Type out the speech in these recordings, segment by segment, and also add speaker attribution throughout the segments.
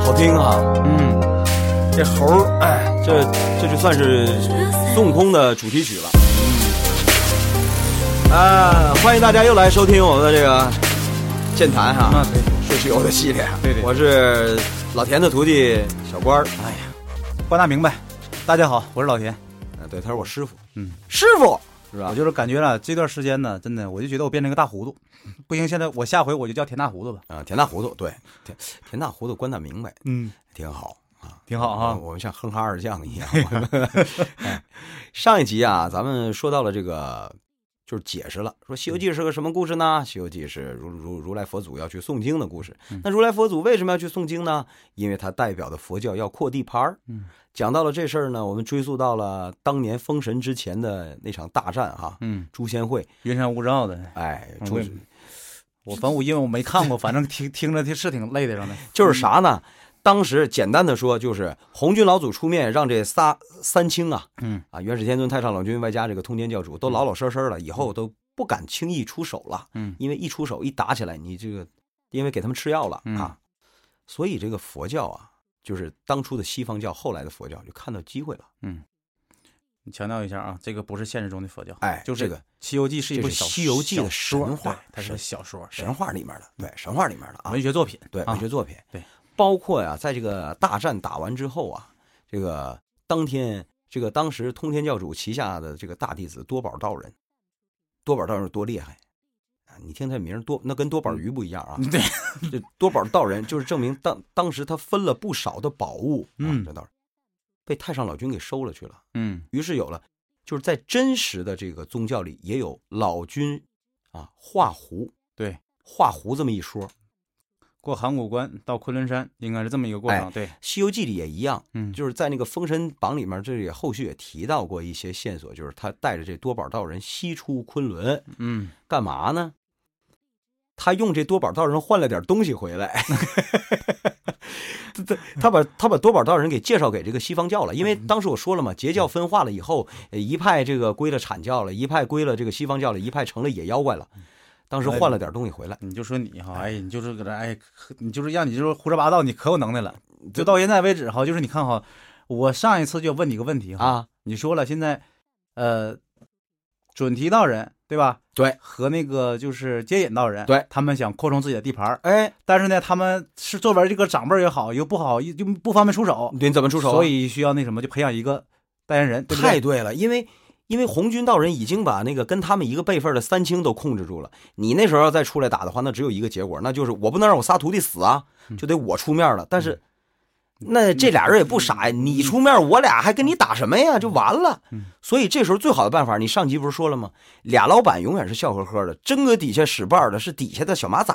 Speaker 1: 好听啊！
Speaker 2: 嗯，
Speaker 1: 这猴儿，哎，这这就算是孙悟空的主题曲了。嗯，啊，欢迎大家又来收听我们的这个健谈哈、
Speaker 2: 那可以。
Speaker 1: 说石油的系列。
Speaker 2: 嗯
Speaker 1: 啊
Speaker 2: 对对
Speaker 1: 我是老田的徒弟小官儿。哎呀，
Speaker 2: 关大明白。大家好，我是老田。
Speaker 1: 呃对，他是我师傅。
Speaker 2: 嗯，
Speaker 1: 师傅是吧
Speaker 2: 我？就是感觉了啊这段时间呢，真的，我就觉得我变成一个大糊涂。不行，现在我下回我就叫田大糊涂吧。
Speaker 1: 啊，田大糊涂，对，田田大糊涂，关大明白，
Speaker 2: 嗯，
Speaker 1: 挺好啊，
Speaker 2: 挺好啊
Speaker 1: 我们像哼哈二将一样。 哎上一集啊，咱们说到了这个，就是解释了，说《西游记》是个什么故事呢？《西游记》是如如如来佛祖要去诵经的故事。
Speaker 2: 嗯
Speaker 1: 那如来佛祖为什么要去诵经呢？因为他代表的佛教要扩地盘儿。
Speaker 2: 嗯，
Speaker 1: 讲到了这事儿呢，我们追溯到了当年封神之前的那场大战哈、
Speaker 2: 嗯，
Speaker 1: 诛仙会。
Speaker 2: 云山雾罩的，
Speaker 1: 哎，
Speaker 2: 嗯
Speaker 1: 诛
Speaker 2: 为我反正我因为我没 看过，反正听听着是挺累的上的。
Speaker 1: 就是啥呢？当时简单的说，就是红军老祖出面，让这仨三清啊，
Speaker 2: 嗯
Speaker 1: 啊，元始天尊、太上老君，外加这个通天教主，都老老实实了，以后都不敢轻易出手了，
Speaker 2: 嗯
Speaker 1: 因为一出手一打起来，你这个因为给他们吃药了
Speaker 2: 嗯
Speaker 1: 啊，所以这个佛教啊，就是当初的西方教，后来的佛教就看到机会了，
Speaker 2: 嗯，你强调一下啊，这个不是现实中的佛教，
Speaker 1: 哎
Speaker 2: 就是
Speaker 1: 这个
Speaker 2: 《西游记》是一部
Speaker 1: 这是
Speaker 2: 小
Speaker 1: 西游记的
Speaker 2: 小说
Speaker 1: 神话
Speaker 2: 对它是个小说，对
Speaker 1: 神话里面的，对，神话里面的啊，
Speaker 2: 文学作品，
Speaker 1: 对，
Speaker 2: 啊
Speaker 1: 文学作品，
Speaker 2: 对，
Speaker 1: 包括呀、在这个大战打完之后啊，这个当天，这个当时通天教主旗下的这个大弟子多宝道人，多宝道人多厉害啊！你听他名儿多，那跟
Speaker 2: 嗯
Speaker 1: 多宝鱼不一样啊。
Speaker 2: 对，
Speaker 1: 这多宝道人就是证明当当时他分了不少的宝物，啊
Speaker 2: 嗯
Speaker 1: 这倒是被太上老君给收了去了。
Speaker 2: 嗯
Speaker 1: 于是有了，就是在真实的这个宗教里也有老君啊画胡
Speaker 2: 对。
Speaker 1: 画胡这么一说，《
Speaker 2: 过函谷关到昆仑山，应该是这么一个过程。
Speaker 1: 哎
Speaker 2: 对，
Speaker 1: 西游记》里也一样。
Speaker 2: 嗯，
Speaker 1: 就是在那个《封神榜》里面，这也后续也提到过一些线索，就是他带着这多宝道人西出昆仑，
Speaker 2: 嗯，
Speaker 1: 干嘛呢？他用这多宝道人换了点东西回来， 他他他把他把多宝道人给介绍给这个西方教了，因为
Speaker 2: 嗯
Speaker 1: 当时我说了嘛，截教分化了以后，呃一派这个归了阐教了，一派归了这个西方教了，一派成了野妖怪了。
Speaker 2: 嗯
Speaker 1: 当时
Speaker 2: 哎
Speaker 1: 换了点东西回来，
Speaker 2: 你就说你哈，哎，你就是搁这，哎，可你就是让你就是胡说八道，你可有能耐了。就到现在为止哈，就是你看哈，我上一次就问你个问题哈，
Speaker 1: 啊，
Speaker 2: 你说了现在，呃，准提道人对吧？
Speaker 1: 对，
Speaker 2: 和那个就是接引道人，
Speaker 1: 对，
Speaker 2: 他们想扩充自己的地盘儿，
Speaker 1: 哎，
Speaker 2: 但是呢，他们是作为这个长辈儿也好，又不好，又又不方便出手，
Speaker 1: 你怎么出手啊？
Speaker 2: 所以需要那什么，就培养一个代言人，对不
Speaker 1: 太
Speaker 2: 对？
Speaker 1: 对了，因为因为红军道人已经把那个跟他们一个辈分的三清都控制住了，你那时候要再出来打的话，那只有一个结果，那就是我不能让我仨徒弟死啊，
Speaker 2: 嗯
Speaker 1: 就得我出面了。但是。那这俩人也不傻呀，你出面，我俩还跟你打什么呀？就完了
Speaker 2: 嗯。
Speaker 1: 所以这时候最好的办法，你上集不是说了吗？俩老板永远是笑呵呵的，真搁底下使绊儿的是底下的小马仔。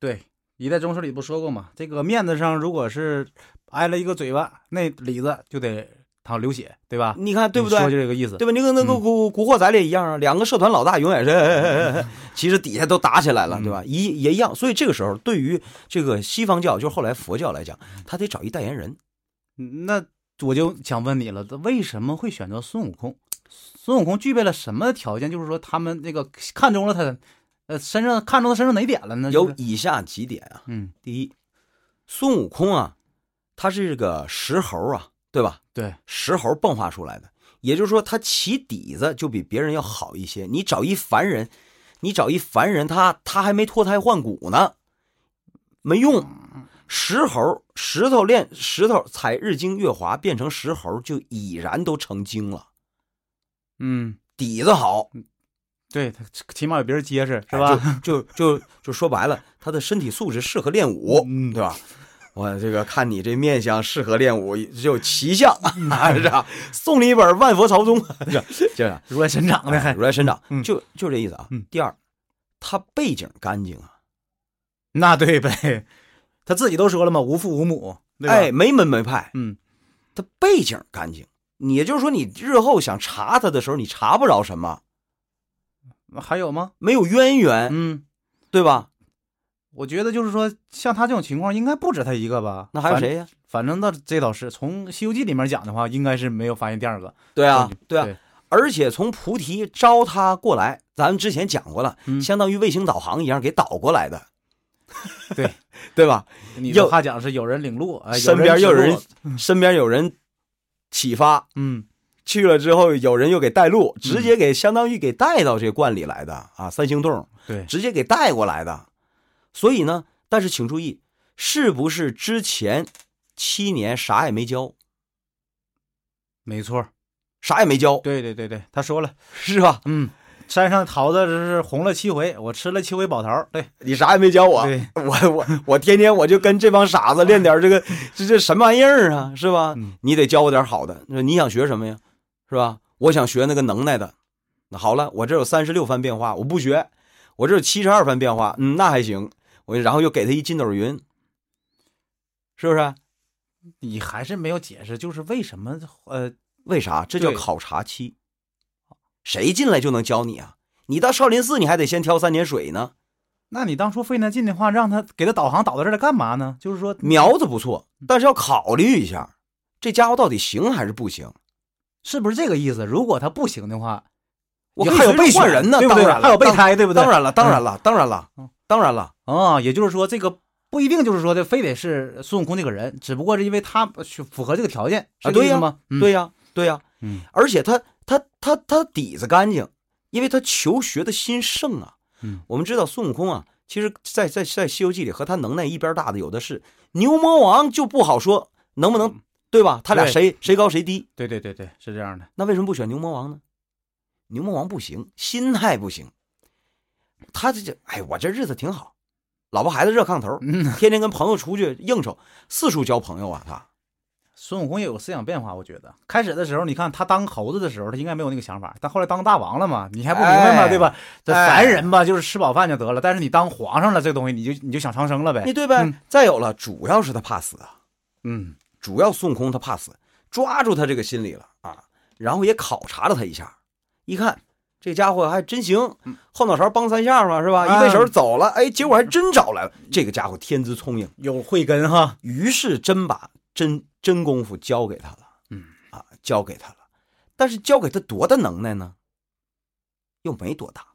Speaker 2: 对，一代宗师里不说过嘛，这个面子上如果是挨了一个嘴巴，那里子就得淌流血，对吧？
Speaker 1: 你嗯看对不对？
Speaker 2: 啊你说就这个意思。
Speaker 1: 对吧？你跟那
Speaker 2: 嗯
Speaker 1: 个古古惑仔里一样啊，两个社团老大永远是，哎哎哎哎
Speaker 2: 嗯
Speaker 1: 哎其实底下都打起来了，对吧？一也一样，所以这个时候，对于这个西方教，就是后来佛教来讲，他得找一代言人。
Speaker 2: 嗯那我就想问你了，为什么会选择孙悟空？孙悟空具备了什么条件？就是说他们那个看中了他，呃，身上看中他身上哪点了呢？
Speaker 1: 有
Speaker 2: 就是，
Speaker 1: 以下几点啊：
Speaker 2: 嗯，
Speaker 1: 第一，孙悟空啊，他是这个石猴啊，对吧？
Speaker 2: 对，
Speaker 1: 石猴迸发出来的，也就是说，他起底子就比别人要好一些。你找一凡人，你找一凡人，他他还没脱胎换骨呢，没用。石猴石头练石头采日精月华变成石猴，就已然都成精了，
Speaker 2: 嗯，
Speaker 1: 底子好
Speaker 2: 对他起码比别人结实，是
Speaker 1: 哎
Speaker 2: 吧？
Speaker 1: 就就就就说白了，他的身体素质适合练武，
Speaker 2: 嗯
Speaker 1: 对吧？我这个看你这面相适合练武，就有奇相，
Speaker 2: 嗯
Speaker 1: 是吧？送你一本《万佛朝宗》 是吧，这样。
Speaker 2: 如来神掌的还
Speaker 1: 哎如来神掌，
Speaker 2: 嗯
Speaker 1: 就就这意思啊
Speaker 2: 嗯。
Speaker 1: 第二，他背景干净啊，
Speaker 2: 那对呗，他自己都说了嘛，无父无母，对吧？
Speaker 1: 哎，没门没派，
Speaker 2: 嗯，
Speaker 1: 他背景干净。你也就是说，你日后想查他的时候，你查不着什么，
Speaker 2: 还有吗？
Speaker 1: 没有渊源，
Speaker 2: 嗯，
Speaker 1: 对吧？
Speaker 2: 我觉得就是说，像他这种情况，应该不止他一个吧？
Speaker 1: 那还有谁呀？
Speaker 2: 反？反正那这倒是，从《西游记》里面讲的话，应该是没有发现第二个。
Speaker 1: 对啊，对啊
Speaker 2: 对。
Speaker 1: 而且从菩提招他过来，咱们之前讲过了，
Speaker 2: 嗯
Speaker 1: 相当于卫星导航一样给导过来的，
Speaker 2: 对
Speaker 1: 对吧？
Speaker 2: 你
Speaker 1: 又
Speaker 2: 的话讲是有人领路，哎，
Speaker 1: 身边又有人
Speaker 2: 指路，
Speaker 1: 身边有人启发，
Speaker 2: 嗯，
Speaker 1: 去了之后有人又给带路，直接给相当于给带到这观里来的啊，三星洞
Speaker 2: 对，
Speaker 1: 直接给带过来的。所以呢，但是请注意，是不是之前七年啥也没交，
Speaker 2: 没错，
Speaker 1: 啥也没交，
Speaker 2: 对对对对，他说了，
Speaker 1: 是吧？
Speaker 2: 嗯，山上桃子是红了七回，我吃了七回宝桃，对
Speaker 1: 你啥也没教我，
Speaker 2: 对，
Speaker 1: 我我我天天我就跟这帮傻子练点这 个这这什么玩意儿啊，是吧？
Speaker 2: 嗯
Speaker 1: 你得教我点好的。那你想学什么呀？是吧？我想学那个能耐的。那好了，我这有三十六番变化，我不学；我这有七十二番变化，嗯，那还行。我然后又给他一筋斗云，是不是？
Speaker 2: 你还是没有解释，就是为什么呃，
Speaker 1: 为啥？这叫
Speaker 2: 对
Speaker 1: 考察期。谁进来就能教你啊？你到少林寺，你还得先挑三年水呢。
Speaker 2: 那你当初费那劲的话，让他给他导航导到这儿来干嘛呢？就是说，
Speaker 1: 苗子不错，
Speaker 2: 嗯
Speaker 1: 但是要考虑一下，这家伙到底行还是不行。
Speaker 2: 是不是这个意思？如果他不行的话，
Speaker 1: 我
Speaker 2: 你
Speaker 1: 可以
Speaker 2: 还有备
Speaker 1: 随时
Speaker 2: 选
Speaker 1: 换人呢，
Speaker 2: 对不
Speaker 1: 当
Speaker 2: 对？
Speaker 1: 然了
Speaker 2: 还有备
Speaker 1: 当
Speaker 2: 胎，对不对？
Speaker 1: 当然了，当然了，当然了
Speaker 2: 嗯，
Speaker 1: 当然了，
Speaker 2: 啊、也就是说，这个不一定就是说的非得是孙悟空这个人，只不过是因为他去符合这个条件，是
Speaker 1: 啊
Speaker 2: 这个意
Speaker 1: 对呀
Speaker 2: 思吗？嗯
Speaker 1: 对呀，对呀，
Speaker 2: 嗯
Speaker 1: 而且他他他他底子干净，因为他求学的心盛啊。
Speaker 2: 嗯，
Speaker 1: 我们知道孙悟空啊，其实在在在《西游记》里和他能耐一边大的有的是，牛魔王就不好说能不能对吧？他俩
Speaker 2: 嗯对
Speaker 1: 谁谁高谁低，
Speaker 2: 对对对对，是这样的。
Speaker 1: 那为什么不选牛魔王呢？牛魔王不行，心态不行。他这这，哎，我这日子挺好，老婆孩子热炕 头，
Speaker 2: 嗯，
Speaker 1: 天天跟朋友出去应酬，四处交朋友啊。他
Speaker 2: 孙悟空也有思想变化，我觉得开始的时候，你看他当猴子的时候，他应该没有那个想法，但后来当大王了嘛，你还不明白吗？
Speaker 1: 哎
Speaker 2: 对吧？这
Speaker 1: 哎
Speaker 2: 凡人吧，就是吃饱饭就得了，但是你当皇上了，这东西你就你就想长生了呗
Speaker 1: 你。对呗？
Speaker 2: 嗯
Speaker 1: 再有了，主要是他怕死啊，
Speaker 2: 嗯，
Speaker 1: 主要孙悟空他怕死，抓住他这个心理了啊，然后也考察了他一下，一看这家伙还真行，
Speaker 2: 嗯
Speaker 1: 后脑勺帮三下嘛，是吧？
Speaker 2: 啊
Speaker 1: 一背手走了，哎，结果还真找来了，这个家伙天资聪颖，
Speaker 2: 有慧根哈。
Speaker 1: 于是真把真真功夫交给他了，
Speaker 2: 嗯
Speaker 1: 啊，交给他了，但是交给他多大能耐呢？又没多大，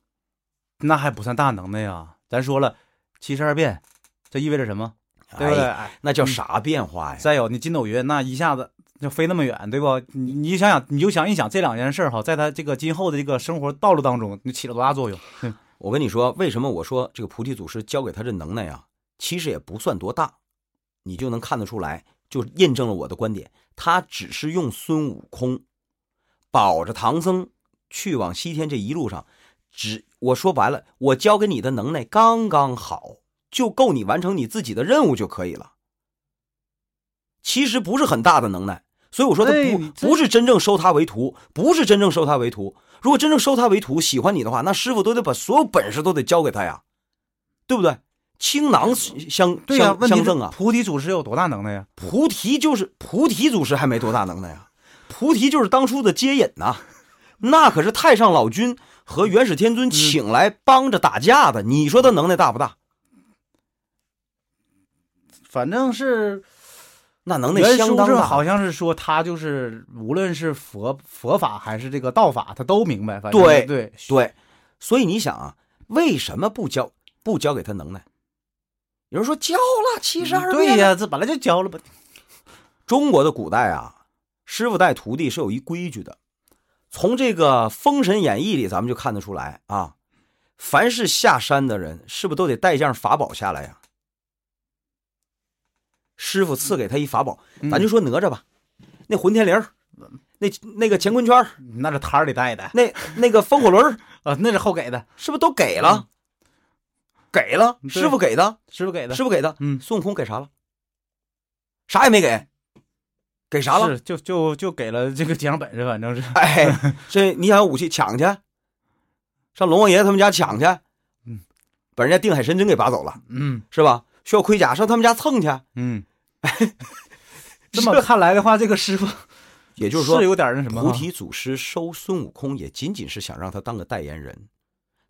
Speaker 2: 那还不算大能耐呀。咱说了，七十二变，这意味着什么？对不对？
Speaker 1: 哎
Speaker 2: 哎
Speaker 1: 那叫啥变化呀？
Speaker 2: 再有你筋斗云，那一下子就飞那么远，对不？你你想想，你就想一想这两件事儿哈，在他这个今后的这个生活道路当中，你起了多大作用？嗯
Speaker 1: 我跟你说，为什么我说这个菩提祖师教给他这能耐啊，其实也不算多大，你就能看得出来，就印证了我的观点。他只是用孙悟空保着唐僧去往西天这一路上，只我说白了，我教给你的能耐刚刚好，就够你完成你自己的任务就可以了。其实不是很大的能耐，所以我说他
Speaker 2: 哎
Speaker 1: 不
Speaker 2: 你这
Speaker 1: 不是真正收他为徒，不是真正收他为徒。如果真正收他为徒，喜欢你的话，那师傅都得把所有本事都得交给他呀，对不对？倾囊相
Speaker 2: 对呀、
Speaker 1: 相
Speaker 2: 问题
Speaker 1: 相
Speaker 2: 是
Speaker 1: 赠啊！
Speaker 2: 菩提祖师有多大能耐呀、
Speaker 1: 菩提就是菩提祖师还没多大能耐啊，菩提就是当初的接引呐、那可是太上老君和元始天尊请来帮着打架的，你说他能耐大不大？
Speaker 2: 反正是
Speaker 1: 那能耐
Speaker 2: 原
Speaker 1: 相
Speaker 2: 书
Speaker 1: 当
Speaker 2: 上
Speaker 1: 大，
Speaker 2: 好像是说他就是无论是佛佛法还是这个道法，他都明白。反正
Speaker 1: 对
Speaker 2: 对，
Speaker 1: 对，所以你想啊，为什么不教不教给他能耐？有人说教了七十二
Speaker 2: 对
Speaker 1: 变
Speaker 2: 呀、这本来就教了吧。
Speaker 1: 中国的古代啊，师傅带徒弟是有一规矩的。从这个《封神演义》里，咱们就看得出来啊，凡是下山的人，是不是都得带一件法宝下来呀、师傅赐给他一法宝，
Speaker 2: 嗯
Speaker 1: 咱就说哪吒吧，那混天绫儿，那那个乾坤圈儿，
Speaker 2: 那是摊儿里带的啊、
Speaker 1: 那 那个风火轮儿，
Speaker 2: 那是后给的，
Speaker 1: 是不是都给了？给了，
Speaker 2: 嗯对
Speaker 1: 师傅给的，
Speaker 2: 师傅给的。
Speaker 1: 师傅给的。
Speaker 2: 嗯，
Speaker 1: 孙悟空给啥了？啥也没给，给啥了？
Speaker 2: 是就就就给了这个几样本事，反正是。
Speaker 1: 哎，这你想要武器抢去，上龙王爷他们家抢去，
Speaker 2: 嗯，
Speaker 1: 把人家定海神针给拔走了，
Speaker 2: 嗯
Speaker 1: 是吧？需要盔甲上他们家蹭去，
Speaker 2: 嗯。 这么看来的话，这个师傅
Speaker 1: 也就是说
Speaker 2: 是，有点那什么哈
Speaker 1: 菩提祖师收孙悟空也仅仅是想让他当个代言人，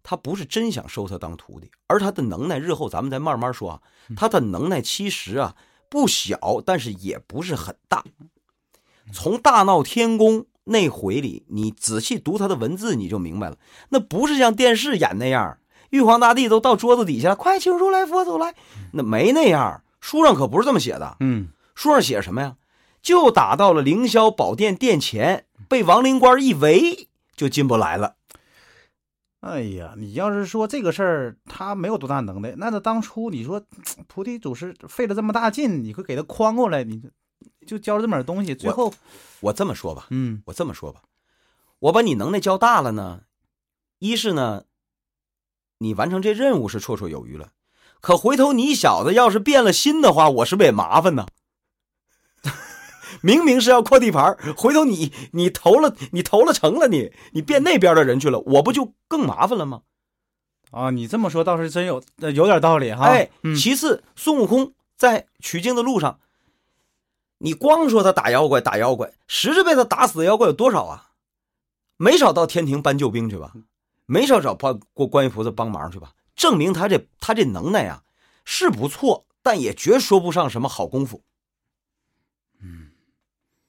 Speaker 1: 他不是真想收他当徒弟，而他的能耐，日后咱们再慢慢说啊，
Speaker 2: 嗯
Speaker 1: 他的能耐其实啊不小，但是也不是很大。
Speaker 2: 嗯
Speaker 1: 从大闹天宫那回里，你仔细读他的文字，你就明白了，那不是像电视演那样。玉皇大帝都到桌子底下了，快请如来佛祖来。那没那样，书上可不是这么写的。
Speaker 2: 嗯，
Speaker 1: 书上写什么呀？就打到了凌霄宝殿殿前，
Speaker 2: 嗯
Speaker 1: 被亡灵官一围，就进不来了。
Speaker 2: 哎呀，你要是说这个事儿他没有多大能耐，那他当初你说菩提祖师费了这么大劲，你可给他诓过来，你就教了这么点东西，最后
Speaker 1: 我这么说吧，
Speaker 2: 嗯
Speaker 1: 我这么说吧，我把你能耐教大了呢，一是呢，你完成这任务是绰绰有余了，可回头你小子要是变了心的话，我是不是也麻烦呢？ 明明是要扩地盘儿，回头你你投了你投了成了你你
Speaker 2: 嗯
Speaker 1: 变那边的人去了，我不就更麻烦了吗？
Speaker 2: 啊，你这么说倒是真有呃有点道理哈。
Speaker 1: 哎，
Speaker 2: 嗯
Speaker 1: 其次，孙悟空在取经的路上，你光说他打妖怪打妖怪，实质被他打死的妖怪有多少啊？没少到天庭搬救兵去吧，
Speaker 2: 嗯
Speaker 1: 没少找观观观音菩萨帮忙去吧，证明他这他这能耐啊是不错，但也绝说不上什么好功夫。嗯，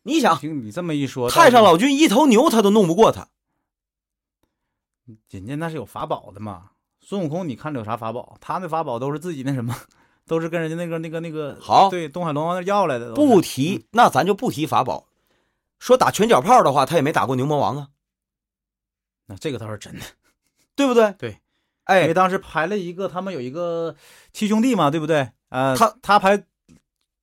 Speaker 1: 你想，
Speaker 2: 听你这么一说，
Speaker 1: 太上
Speaker 2: 倒
Speaker 1: 老君一头牛他都弄不过他，
Speaker 2: 是人家那是有法宝的嘛。孙悟空，你看着有啥法宝？他那法宝都是自己那什么， 都是跟人家那个那个那个
Speaker 1: 好
Speaker 2: 对东海龙王那儿要来的。都是
Speaker 1: 不提那咱就不提法宝。说打拳脚炮的话，他也没打过牛魔王啊，
Speaker 2: 那这个倒是真的。
Speaker 1: 对不对？
Speaker 2: 对，因
Speaker 1: 哎
Speaker 2: 为，当时排了一个，他们有一个七兄弟嘛，对不对？呃，
Speaker 1: 他
Speaker 2: 他排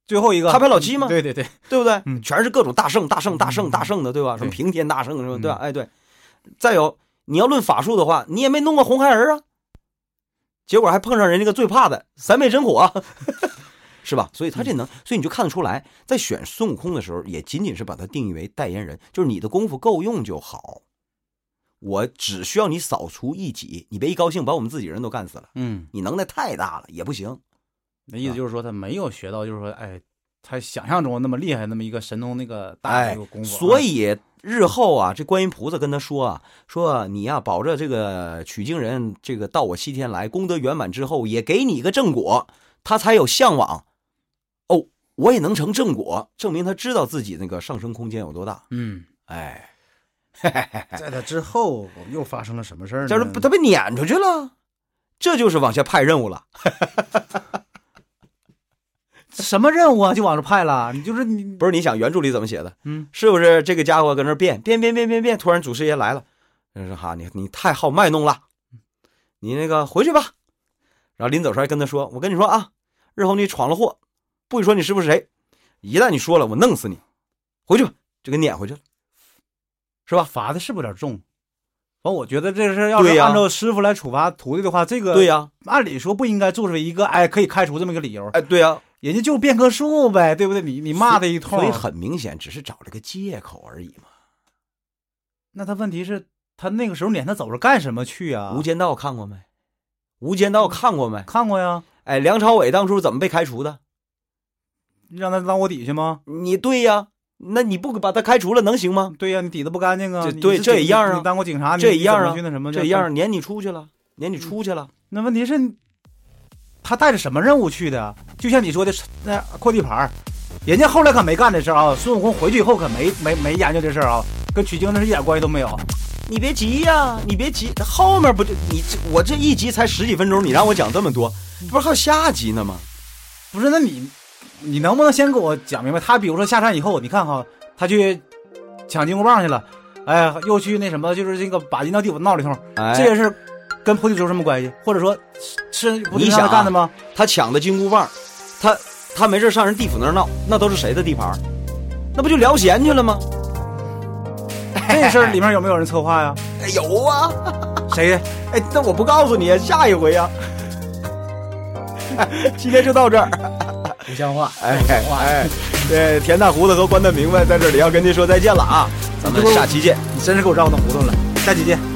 Speaker 2: 最后一个，嗯
Speaker 1: 他排老七吗
Speaker 2: 对对对，
Speaker 1: 对不对？
Speaker 2: 嗯
Speaker 1: 全是各种大圣、大圣、大圣、
Speaker 2: 嗯
Speaker 1: 大圣的，对吧？什么
Speaker 2: 对
Speaker 1: 平天大圣什么，对吧？
Speaker 2: 嗯
Speaker 1: 哎，对。再有，你要论法术的话，你也没弄过红孩儿啊，结果还碰上人家个最怕的三昧真火，啊 是吧？所以他这
Speaker 2: 嗯
Speaker 1: 能，所以你就看得出来，在选孙悟空的时候，也仅仅是把他定义为代言人，就是你的功夫够用就好。我只需要你扫除异己，你别一高兴把我们自己人都干死了。
Speaker 2: 嗯，
Speaker 1: 你能耐太大了也不行，
Speaker 2: 那意思就是说他没有学到，就是说，哎，他想象中那么厉害，那么一个神通那个大的
Speaker 1: 哎
Speaker 2: 一个功夫啊，
Speaker 1: 所以日后啊，这观音菩萨跟他说啊，说你呀、保着这个取经人，这个到我西天来，功德圆满之后，也给你一个正果，他才有向往。哦，我也能成正果，证明他知道自己那个上升空间有多大。
Speaker 2: 嗯，
Speaker 1: 哎，
Speaker 2: 在他之后又发生了什么事儿呢？
Speaker 1: 他说他被撵出去了，这就是往下派任务了。
Speaker 2: 什么任务啊，就往这派了？你就是你，
Speaker 1: 不是你想原著里怎么写的？
Speaker 2: 嗯，
Speaker 1: 是不是这个家伙搁那儿变变变变变变？突然祖师爷来了，他说：“哈，你你太好卖弄了，你那个回去吧。”然后临走时还跟他说：“我跟你说啊，日后你闯了祸，不许说你师傅是谁，一旦你说了，我弄死你，回去吧。”就给撵回去了。
Speaker 2: 是吧？罚的是不是有点重？完，我觉得这事儿要是
Speaker 1: 对呀
Speaker 2: 按照师傅来处罚徒弟的话，这个
Speaker 1: 对呀、
Speaker 2: 按理说不应该作为一个哎可以开除这么一个理由。
Speaker 1: 哎，对呀、
Speaker 2: 人家就变棵树呗，对不对？你你骂他一通，啊
Speaker 1: 所以很明显，只是找了个借口而已嘛。
Speaker 2: 那他问题是，他那个时候撵他走是干什么去啊？
Speaker 1: 无间道》看过没？《无间道》看过没？
Speaker 2: 看过呀，
Speaker 1: 哎，梁朝伟当初是怎么被开除的？
Speaker 2: 让他当卧底去吗？
Speaker 1: 你对呀、那你不把他开除了能行吗？
Speaker 2: 对呀、你底子不干净啊
Speaker 1: 这！
Speaker 2: 你
Speaker 1: 对
Speaker 2: 是
Speaker 1: 这
Speaker 2: 警
Speaker 1: 一样啊
Speaker 2: 你当过警察，你
Speaker 1: 这一样啊
Speaker 2: 你怎么去那什嗯么
Speaker 1: 这样。撵你出去了，撵你出去了。
Speaker 2: 那问题是，他带着什么任务去的？啊就像你说的，那扩地盘儿，人家后来可没干这事儿啊。孙悟空回去以后可没没没研究这事儿啊，跟取经那是一点关系都没有。
Speaker 1: 你别急呀、你别急，后面不就你这我这一集才十几分钟，你让我讲这么多，
Speaker 2: 嗯
Speaker 1: 不是还有下集呢吗？
Speaker 2: 不是，那你你能不能先给我讲明白？他比如说下山以后，你看哈，他去抢金箍棒去了，哎呀，又去那什么，就是这个把阴道第五闹了一通，
Speaker 1: 哎，
Speaker 2: 这个事儿跟菩提子有什么关系？或者说是是菩提
Speaker 1: 你
Speaker 2: 子
Speaker 1: 想啊
Speaker 2: 干的吗？
Speaker 1: 他抢的金箍棒，他他没事上人地府那儿闹，那都是谁的地盘儿？那不就聊闲去了吗？
Speaker 2: 这事儿里面有没有人策划呀？
Speaker 1: 哎有啊，
Speaker 2: 谁？
Speaker 1: 哎，那我不告诉你，下一回呀、 今天就到这儿。
Speaker 2: 不像话！
Speaker 1: 哎哎，对，田大胡子和关大明白在这里要跟您说再见了啊，咱们下期见。
Speaker 2: 你真是给我绕弄糊涂了，下期见。